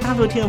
大陆听众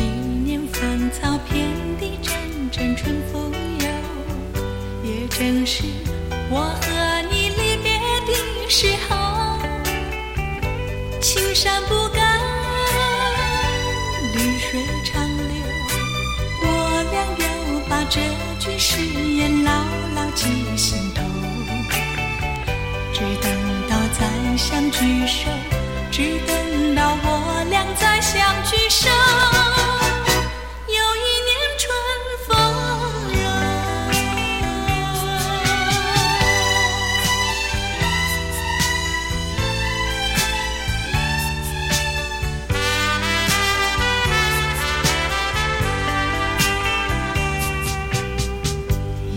年芳草遍地，阵阵春风又，也正是我和你离别的时候。青山不改，绿水长流，这句誓言牢牢记心头，只等到再相聚首，只等到我俩再相聚首。有一年春风柔，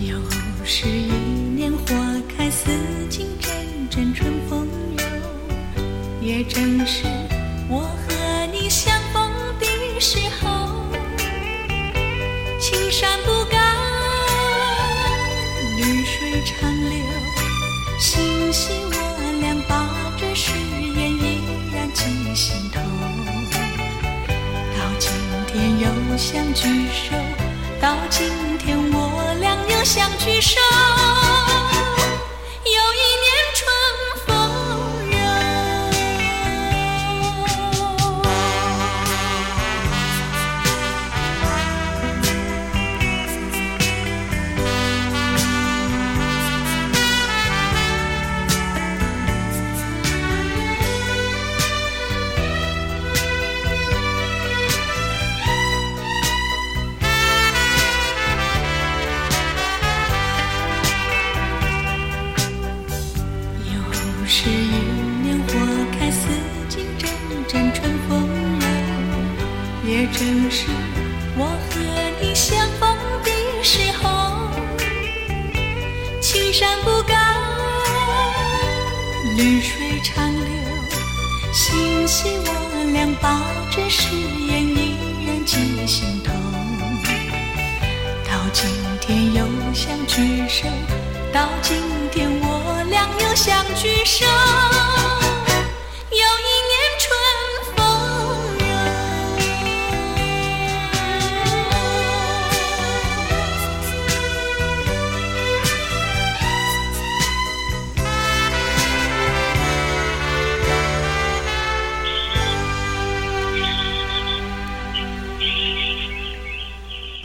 又是一年花开似锦，阵阵春风柔，也正是我和你相逢的时候。青山不改，绿水长流，心系我俩把这誓言依然记心头。到今天又相聚首，到今天我俩又相聚首。有一年春风柔。又是一年花开似锦，阵阵春风柔，也正是我和你相逢的时候。青山不改，绿水长流，心系我俩把这誓言依然记心头。到今天又相聚首，到今天我俩又相聚首。有一年春风柔。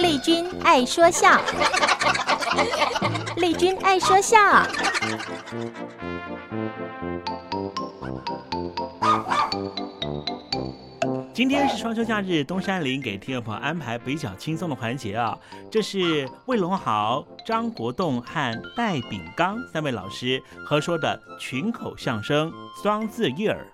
丽君爱说笑， 丽君爱说笑，今天是双休假日，东山林给听众朋友安排比较轻松的环节啊。这是魏龙豪、张国栋和戴炳刚三位老师合说的群口相声《双字叶儿》。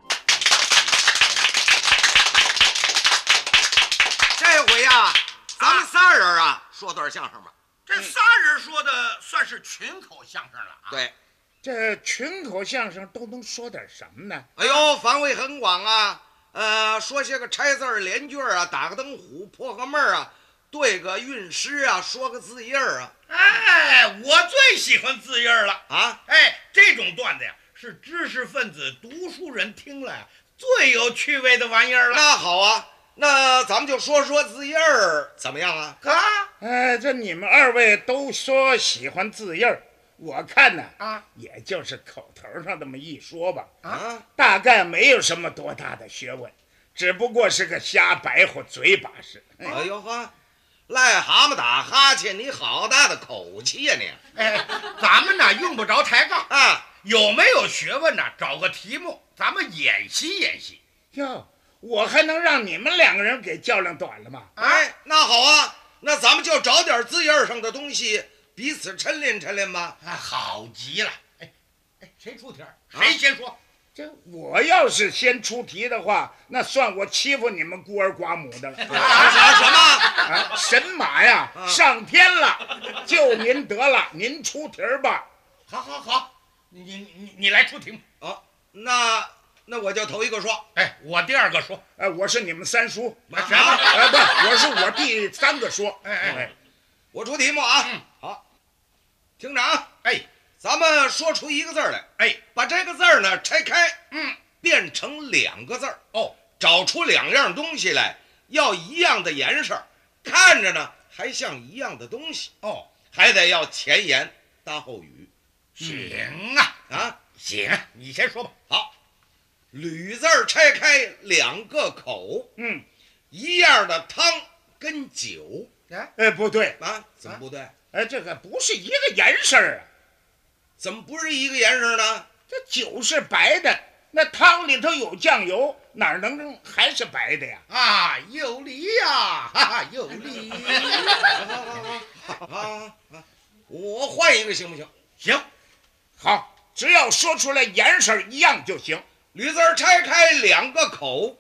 这回呀、咱们仨人啊，说段相声吧。这仨人说的算是群口相声了啊。对，这群口相声都能说点什么呢？哎呦，范围很广啊。呃，说些个拆字儿、连句儿啊，打个灯虎，破个闷儿啊，对个韵诗啊，说个字印儿啊。哎，我最喜欢字音儿了啊！哎，这种段子呀，是知识分子、读书人听了呀最有趣味的玩意儿了。那好啊，那咱们就说说字印儿，怎么样啊？啊，哎，这你们二位都说喜欢字印儿，我看呢啊，也就是口头上那么一说吧啊，大概没有什么多大的学问，只不过是个瞎白活嘴把式。哎呦呵，癞蛤蟆打哈欠，你好大的口气呀、你！哎，咱们呢用不着抬杠啊，有没有学问呢？找个题目，咱们演习演习。哟，我还能让你们两个人给较量短了吗？哎，那好啊，那咱们就找点字印儿上的东西，彼此抻练抻练吧。啊，好极了！哎，哎，谁出题儿？谁先啊说？这我要是先出题的话，那算我欺负你们孤儿寡母的了。什么？啊，神马呀，上天了，就您得了，您出题儿吧。好好好，你你你你来出题目。哦，那那我就头一个说。哎，我第二个说。哎，我是你们三叔。啊哎，不，我是我第三个说。嗯哎哎哎，我出题目啊。好，厅长，哎，咱们说出一个字儿来。哎，把这个字儿呢拆开，嗯，变成两个字儿。哦，找出两样东西来，要一样的颜色，看着呢还像一样的东西。哦，还得要前言搭后语。行啊啊，行，你先说吧。好，吕字儿拆开两个口，嗯，一样的汤跟酒。哎，哎，不对啊，怎么不对？哎，这个不是一个颜色儿啊，怎么不是一个颜色呢？这酒是白的，那汤里头有酱油，哪儿能还是白的呀？啊，有理呀、哈哈，有理。啊，我换一个行不行？行，好，只要说出来颜色一样就行。驴字儿拆开两个口，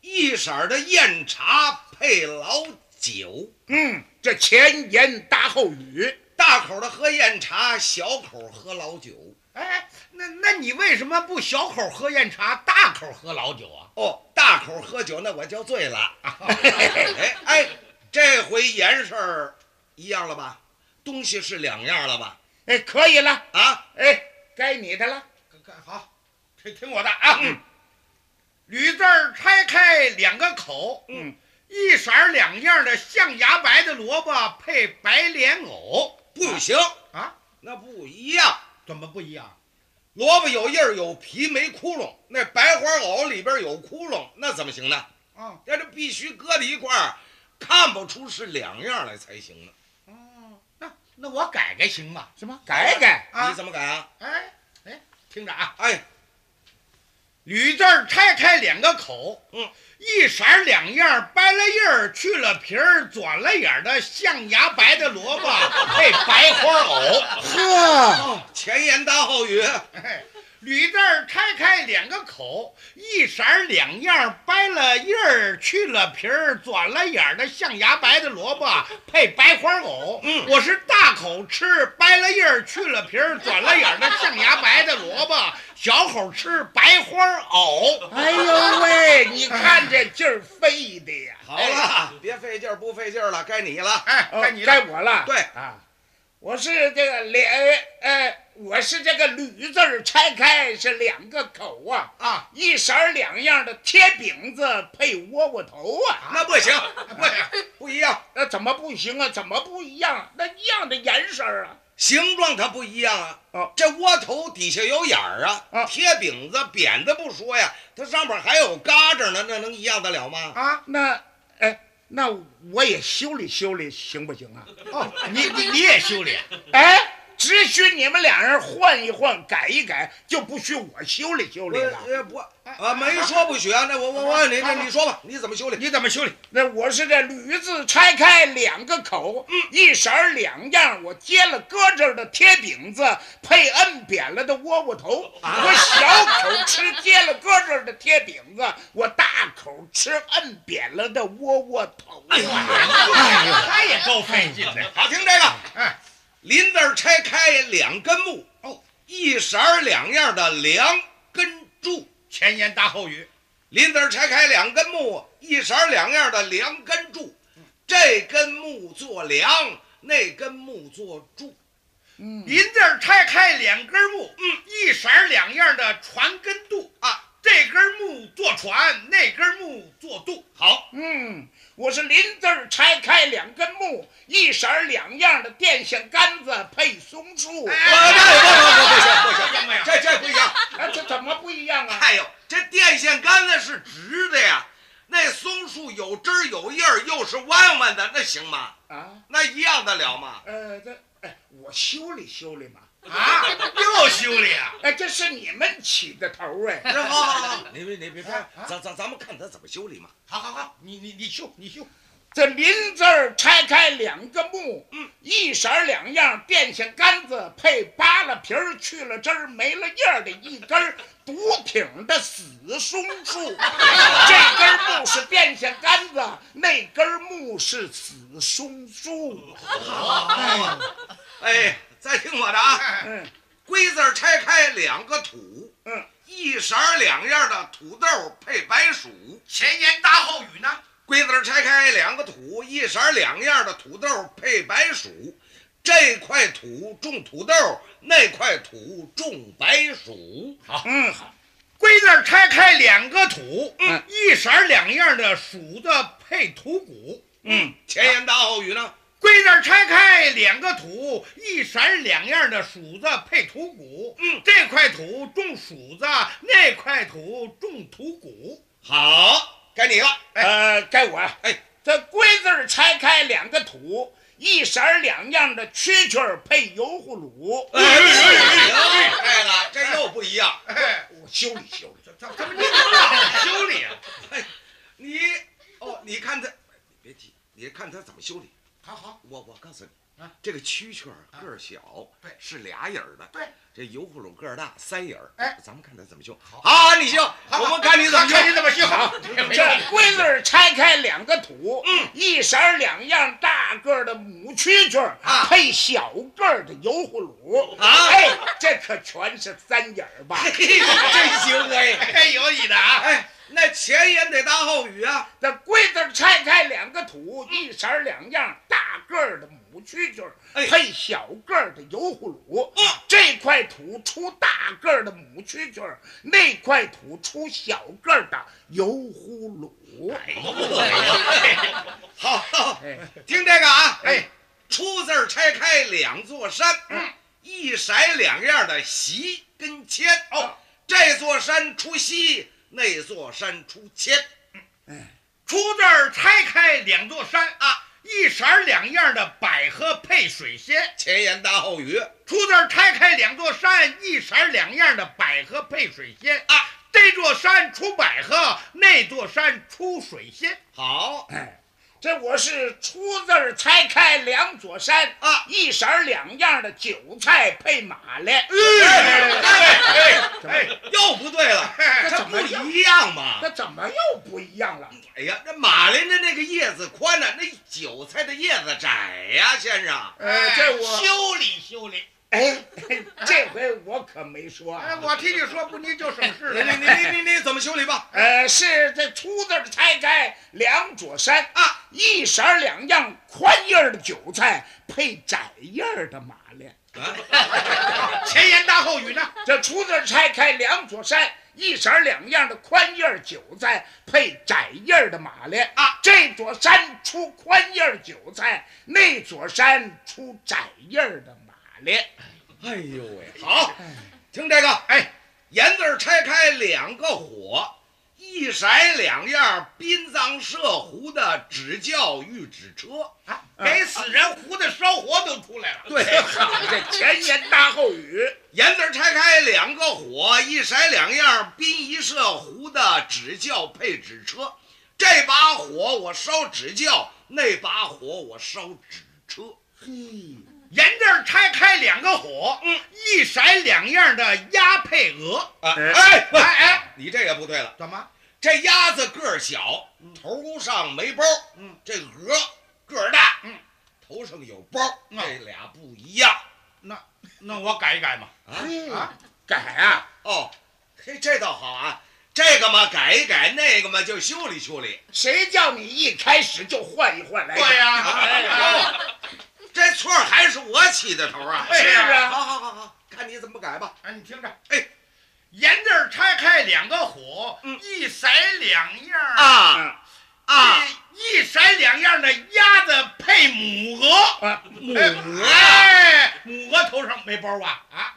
一色儿的燕茶配老酒。嗯，这前言搭后语，大口的喝燕茶，小口喝老酒。哎，那那你为什么不小口喝燕茶，大口喝老酒啊？哦，大口喝酒那我就醉 了。哎哎，这回颜色儿一样了吧？东西是两样了吧？哎，可以了，啊，哎，该你的了。嗯好，听听我的啊。吕字儿拆开两个口，嗯，一色儿两样的象牙白的萝卜配白莲藕不行，啊？那不一样。怎么不一样？萝卜有叶儿有皮没窟窿，那白花藕里边有窟窿，那怎么行呢？啊，那这必须搁在一块儿，看不出是两样来才行呢。哦，那那我改改行吗？什么？改改。啊你怎么改啊？哎哎，听着啊，哎，吕字儿拆开两个口，嗯，一色儿两样，掰了叶儿去了皮儿，转了眼儿的象牙白的萝卜配白花藕。呵，哦，前言搭后语。哎吕字儿拆开两个口，一色儿两样，掰了叶儿去了皮儿，转了眼儿的象牙白的萝卜配白花藕。嗯我是大口吃，掰了叶儿去了皮儿，转了眼儿的象牙白的萝卜，小口吃白花藕。哎呦 喂，你看这劲儿飞的呀！ 好了，别费劲儿，不费劲儿了，该你了。哎，哦该你了。该我了。对啊，我是这个两，呃，我是这个吕字儿拆开是两个口啊，啊，一色儿两样的贴饼子配窝窝头啊，那不行，不行，不一样，那怎么不行啊？怎么不一样？那一样的颜色儿啊？形状它不一样啊。哦这窝头底下有眼儿啊，啊贴饼子、扁的不说呀，它上面还有嘎吱呢，那能一样得了吗？啊，那，哎，那我也修理修理行不行啊？哦，你你你也修理？哎。只许你们俩人换一换，改一改，就不许我修理修理了。呃不啊，没说不许啊。那我我我问你，那你说吧，你怎么修理？你怎么修理？那我是这驴字拆开两个口，一色儿两样，我接了搁这儿的贴饼子，配摁扁了的窝窝头。我小口吃接了搁这儿的贴饼子，我大口吃摁扁了的窝窝头啊。哎呦，他也够费劲的。好，听这个，哎，林字儿拆开两根木，哦，一色儿两样的梁跟柱。前言搭后语。林字儿拆开两根木，一色儿两样的梁跟柱。这根木做梁，那根木做柱。银字儿拆开两根木，嗯，一色儿两样的船跟渡啊，这根木做船，那根木做渡。好，嗯，我是林字儿拆开两根木，一色儿两样的电线杆子配松树。哎，不不不不行不行，这这不一样。啊，这怎么不一样啊？哎呦，这电线杆子是直的呀，那松树有枝儿有叶儿，又是弯弯的，那行吗？啊，那一样得了吗？呃，这哎，我修理修理嘛。啊，又修理啊！哎，这是你们起的头哎。好好好，你别你别拍，咱咱咱们看他怎么修理嘛。好好好，你你你修你修。这林字儿拆开两个木，嗯，一色儿两样，电线杆子配扒了皮儿去了枝儿没了叶儿的一根儿独挺的死松树。这根儿木是电线杆子，那根儿木是死松树。好，哎，再听我的啊，嗯，龟字儿拆开两个土，嗯，一色儿两样的土豆配白薯，前言搭后语呢？龟字儿拆开两个土，一色儿两样的土豆配白薯。这块土种土豆，那块土种白薯。好，嗯好。龟字儿拆开两个土，嗯，一色儿两样的薯子配土谷。嗯，前言搭后语呢？龟字儿拆开两个土，一色儿两样的薯子配土谷。嗯，这块土种薯子，那块土种土谷。好，该你了。哎，呃，该我呀。哎，这“龟”字儿拆开两个土，一色儿两样的蛐蛐儿配油葫芦。哎哎哎哎哎了，这又不一样。哎，我修理修理。怎怎么你怎么老修理啊？哎，你哦，你看他，你别急，你看他怎么修理。好好，我我告诉你啊，这个蛐蛐儿个儿小，对是俩眼儿的，对，这油葫芦个儿大，三眼儿。哎咱们看他怎么修。好，好，你修，我们看你怎么修，啊看你怎么修 好，这“龟”字儿拆开两个土，嗯，一色儿两样大个儿的母蛐蛐儿啊配小个儿的油葫芦。啊哎，这可全是三眼儿吧？真行哎！哎，有你的啊！哎，那前言得搭后语啊。这龟字儿拆开两个土，一色儿两样，大个儿的母蛐蛐儿哎配小个儿的油葫芦。嗯这块土出大个儿的母蛐蛐儿，那块土出小个儿的油葫芦。好，好哎听这个啊，哎，出字儿拆开两座山，嗯，一色两样的席跟签哦，这座山出席，那座山出签，出字儿拆开两座山啊，一色儿两样的百合配水仙。前言搭后语，出字儿拆开两座山，一色儿两样的百合配水仙啊。这座山出百合，那座山出水仙。好，这我是出字儿拆开两座山啊一色儿两样的韭菜配马来。哎，又不对 了，这它怎不么样一样嘛这。怎么又不一样了？哎呀，那马铃的那个叶子宽呐，那韭菜的叶子窄呀，先生。呃，这我修理修理。哎，这回我可没说啊。哎，我听你说不，你就省事你了。你你你你怎么修理吧？呃，是这粗字儿拆开两座山啊，一色儿两样宽叶儿的韭菜配窄叶儿的马铃。前言搭后语呢？这粗字儿拆开两座山，一色儿两样的宽叶儿韭菜配窄叶儿的马铃啊。这座山出宽叶儿韭菜，那座山出窄叶儿的马铃。哎呦喂，好，听这个，哎，言字儿拆开两个火，一色两样，殡葬社糊的纸轿玉纸车。啊给死人糊的烧火都出来了。对， 这前言搭后语。言字儿拆开两个火，一色两样，殡仪社糊的纸轿配纸车。这把火我烧纸轿，那把火我烧纸车。沿这儿拆开两个火，嗯，一色两样的鸭配鹅。啊，哎哎哎，你这也不对了。怎么？这鸭子个儿小，头上没包；嗯，这鹅个儿大，嗯，头上有包。嗯这俩不一样那那我改一改嘛。啊，改啊，哦。嘿，这倒好啊，这个嘛改一改，那个嘛就修理修理。谁叫你一开始就换一换来着？对呀哎哎 这错儿还是我起的头啊！是啊啊好好好好，看你怎么改吧。哎，你听着，哎，嗯沿字儿拆开两个火，一色两样儿啊啊，一一色两样儿的鸭子配母鹅啊，母鹅，哎，母鹅头上没包啊啊，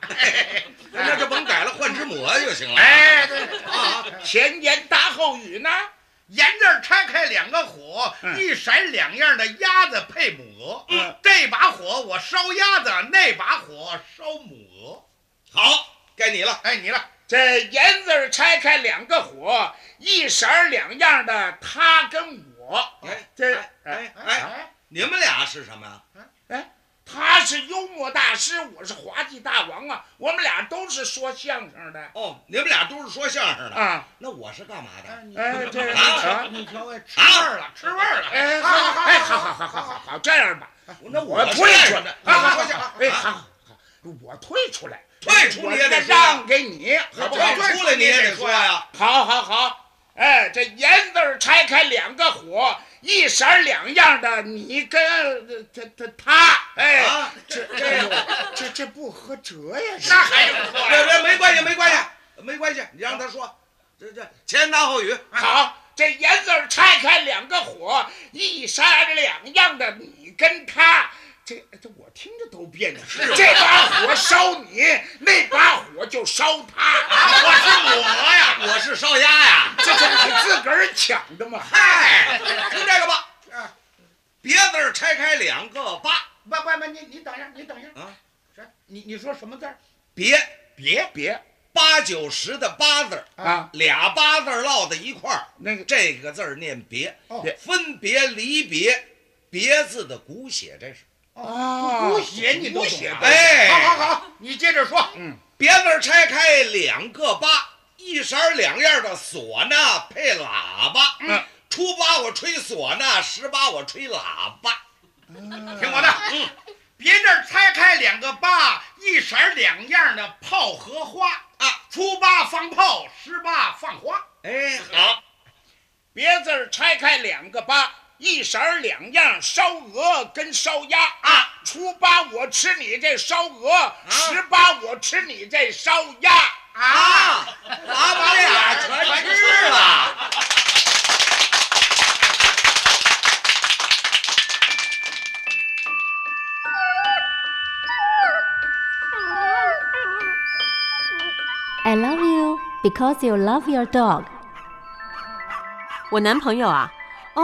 那就甭改了，换只母鹅就行了。哎，对啊，前言搭后语呢。沿字儿拆开两个火，一色两样儿的鸭子配母鹅。嗯，这把火我烧鸭子，那把火烧母鹅。好，该你了。哎，你了。这盐字儿拆开两个火，一色儿两样的他跟我。哎，这哎哎，你们俩是什么呀？哎，他是幽默大师，我是滑稽大王啊。我们俩都是说相声的。哦，你们俩都是说相声的啊？那我是干嘛的？哎，这啊你瞧，哎吃啊味儿了，吃味儿了。哎，好好哎，好好好好好好，这样吧，那我是退干出来的。好好说好相好声，哎，啊好好好，我退出来，退出我你也得说呀让给你，好不好？退出来你也得说呀。好好好，哎，这盐字儿拆开两个火，一色儿两样的，你跟他他他，哎，啊这这这这不合辙呀，这那还用说这呀？这没关系，没关系，没关系，你让他说。这这前言搭后语，好。这盐字儿拆开两个火，一色儿两样的，你跟他，这这我听着都别扭。这把火烧你，那把火就烧他。啊我是母鹅呀。我是烧鸭呀。这这你自个儿抢的嘛？嗨，听这个吧，别字儿拆开两个八，不不不，你你等一下，你等一下啊！是你你说什么字儿？别别别八九十的八字儿，啊！俩八字儿落在一块儿，那个这个字儿念别哦，分别离别，别字的骨血，这是啊古写你都懂古写啊？哎好好好，你接着说。嗯，别字儿拆开两个八，一色儿两样的唢呐配喇叭，嗯，初八我吹唢呐，十八我吹喇叭，听我的。嗯，别这儿拆开两个八，一色儿两样的炮和花啊。初八放炮，十八放花。哎，好，别字儿拆开两个八，一色儿两样，烧鹅跟烧鸭啊。初八我吃你这烧鹅，十八我吃你这烧鸭啊，咱把俩全吃了。 I love you because you love your dog。我男朋友啊，哦，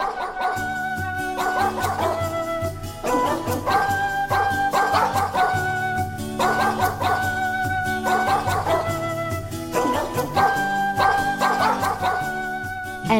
I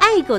爱狗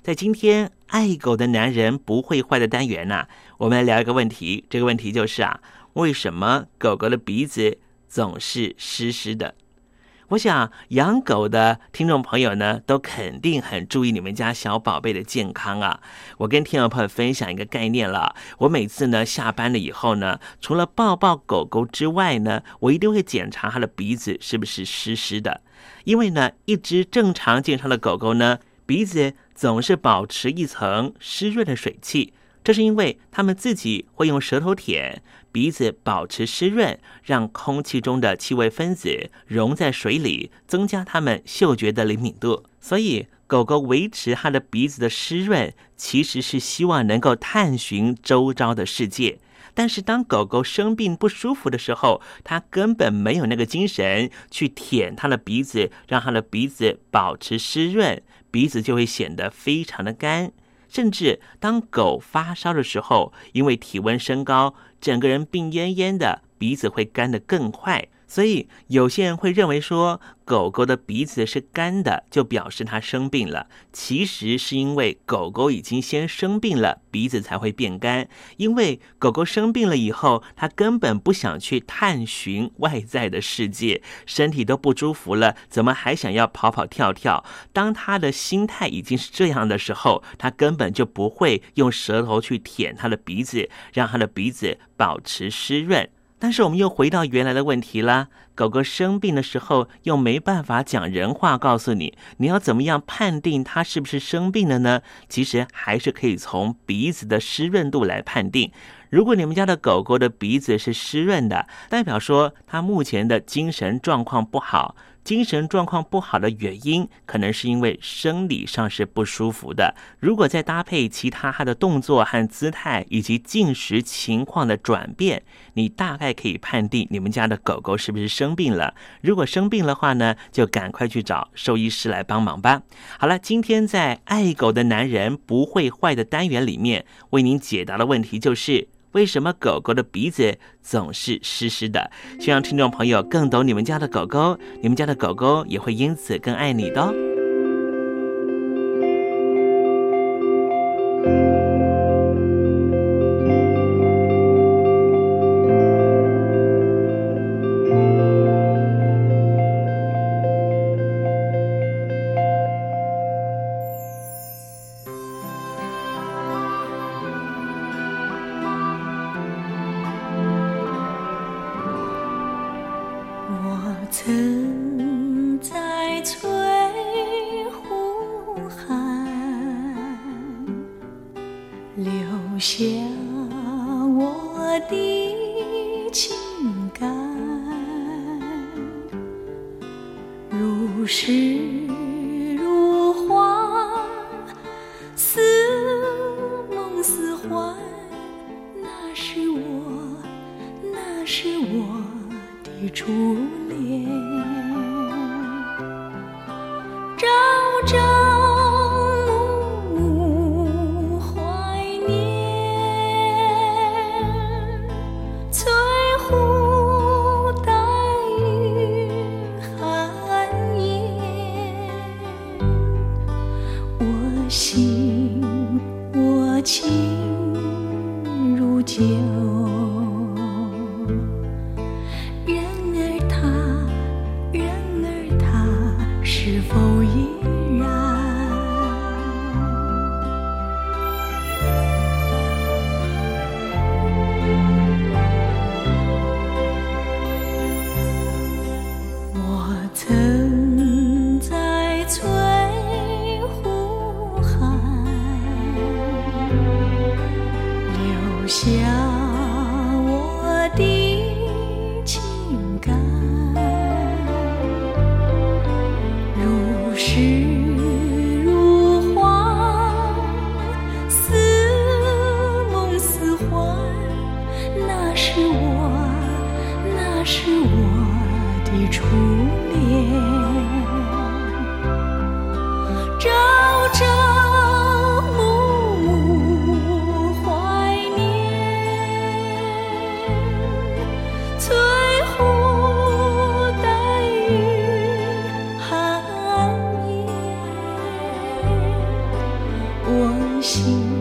在今天爱狗的男人不会坏的单元呐，我们来聊一个问题，这个问题就是啊，为什么狗狗的鼻子总是湿湿的？我想养狗的听众朋友呢，都肯定很注意你们家小宝贝的健康啊。我跟听众朋友分享一个概念了，我每次呢下班了以后呢，除了抱抱狗狗之外呢，我一定会检查它的鼻子是不是湿湿的，因为呢，一只正常健康的狗狗呢，鼻子总是保持一层湿润的水汽。这是因为它们自己会用舌头舔，鼻子保持湿润，让空气中的气味分子溶在水里，增加它们嗅觉的灵敏度。所以，狗狗维持它的鼻子的湿润，其实是希望能够探寻周遭的世界。但是，当狗狗生病不舒服的时候，它根本没有那个精神去舔它的鼻子，让它的鼻子保持湿润，鼻子就会显得非常的干。甚至当狗发烧的时候，因为体温升高，整个人病恹恹的，鼻子会干得更快。所以有些人会认为说，狗狗的鼻子是干的，就表示它生病了。其实是因为狗狗已经先生病了，鼻子才会变干。因为狗狗生病了以后，它根本不想去探寻外在的世界，身体都不舒服了，怎么还想要跑跑跳跳？当它的心态已经是这样的时候，它根本就不会用舌头去舔它的鼻子，让它的鼻子保持湿润。但是我们又回到原来的问题啦。狗狗生病的时候又没办法讲人话，告诉你你要怎么样判定它是不是生病了呢？其实还是可以从鼻子的湿润度来判定。如果你们家的狗狗的鼻子是湿润的，代表说它目前的精神状况不好。精神状况不好的原因，可能是因为生理上是不舒服的。如果再搭配其他它的动作和姿态，以及进食情况的转变，你大概可以判定你们家的狗狗是不是生病了。如果生病的话呢，就赶快去找兽医师来帮忙吧。好了，今天在“爱狗的男人不会坏”的单元里面，为您解答的问题就是。为什么狗狗的鼻子总是湿湿的？希望听众朋友更懂你们家的狗狗，你们家的狗狗也会因此更爱你的哦。曾在翠湖畔留下我的情感，如诗如画，似梦似幻，那是我，那是我的初恋。朝朝暮暮怀念，翠湖带雨寒烟，我心我情如旧。然而他，然而他是否依然？我曾在翠湖畔留下我的情感，如诗如画，似梦似幻，那是我，那是我的初恋。朝朝暮暮怀念，翠湖带雨寒烟，我心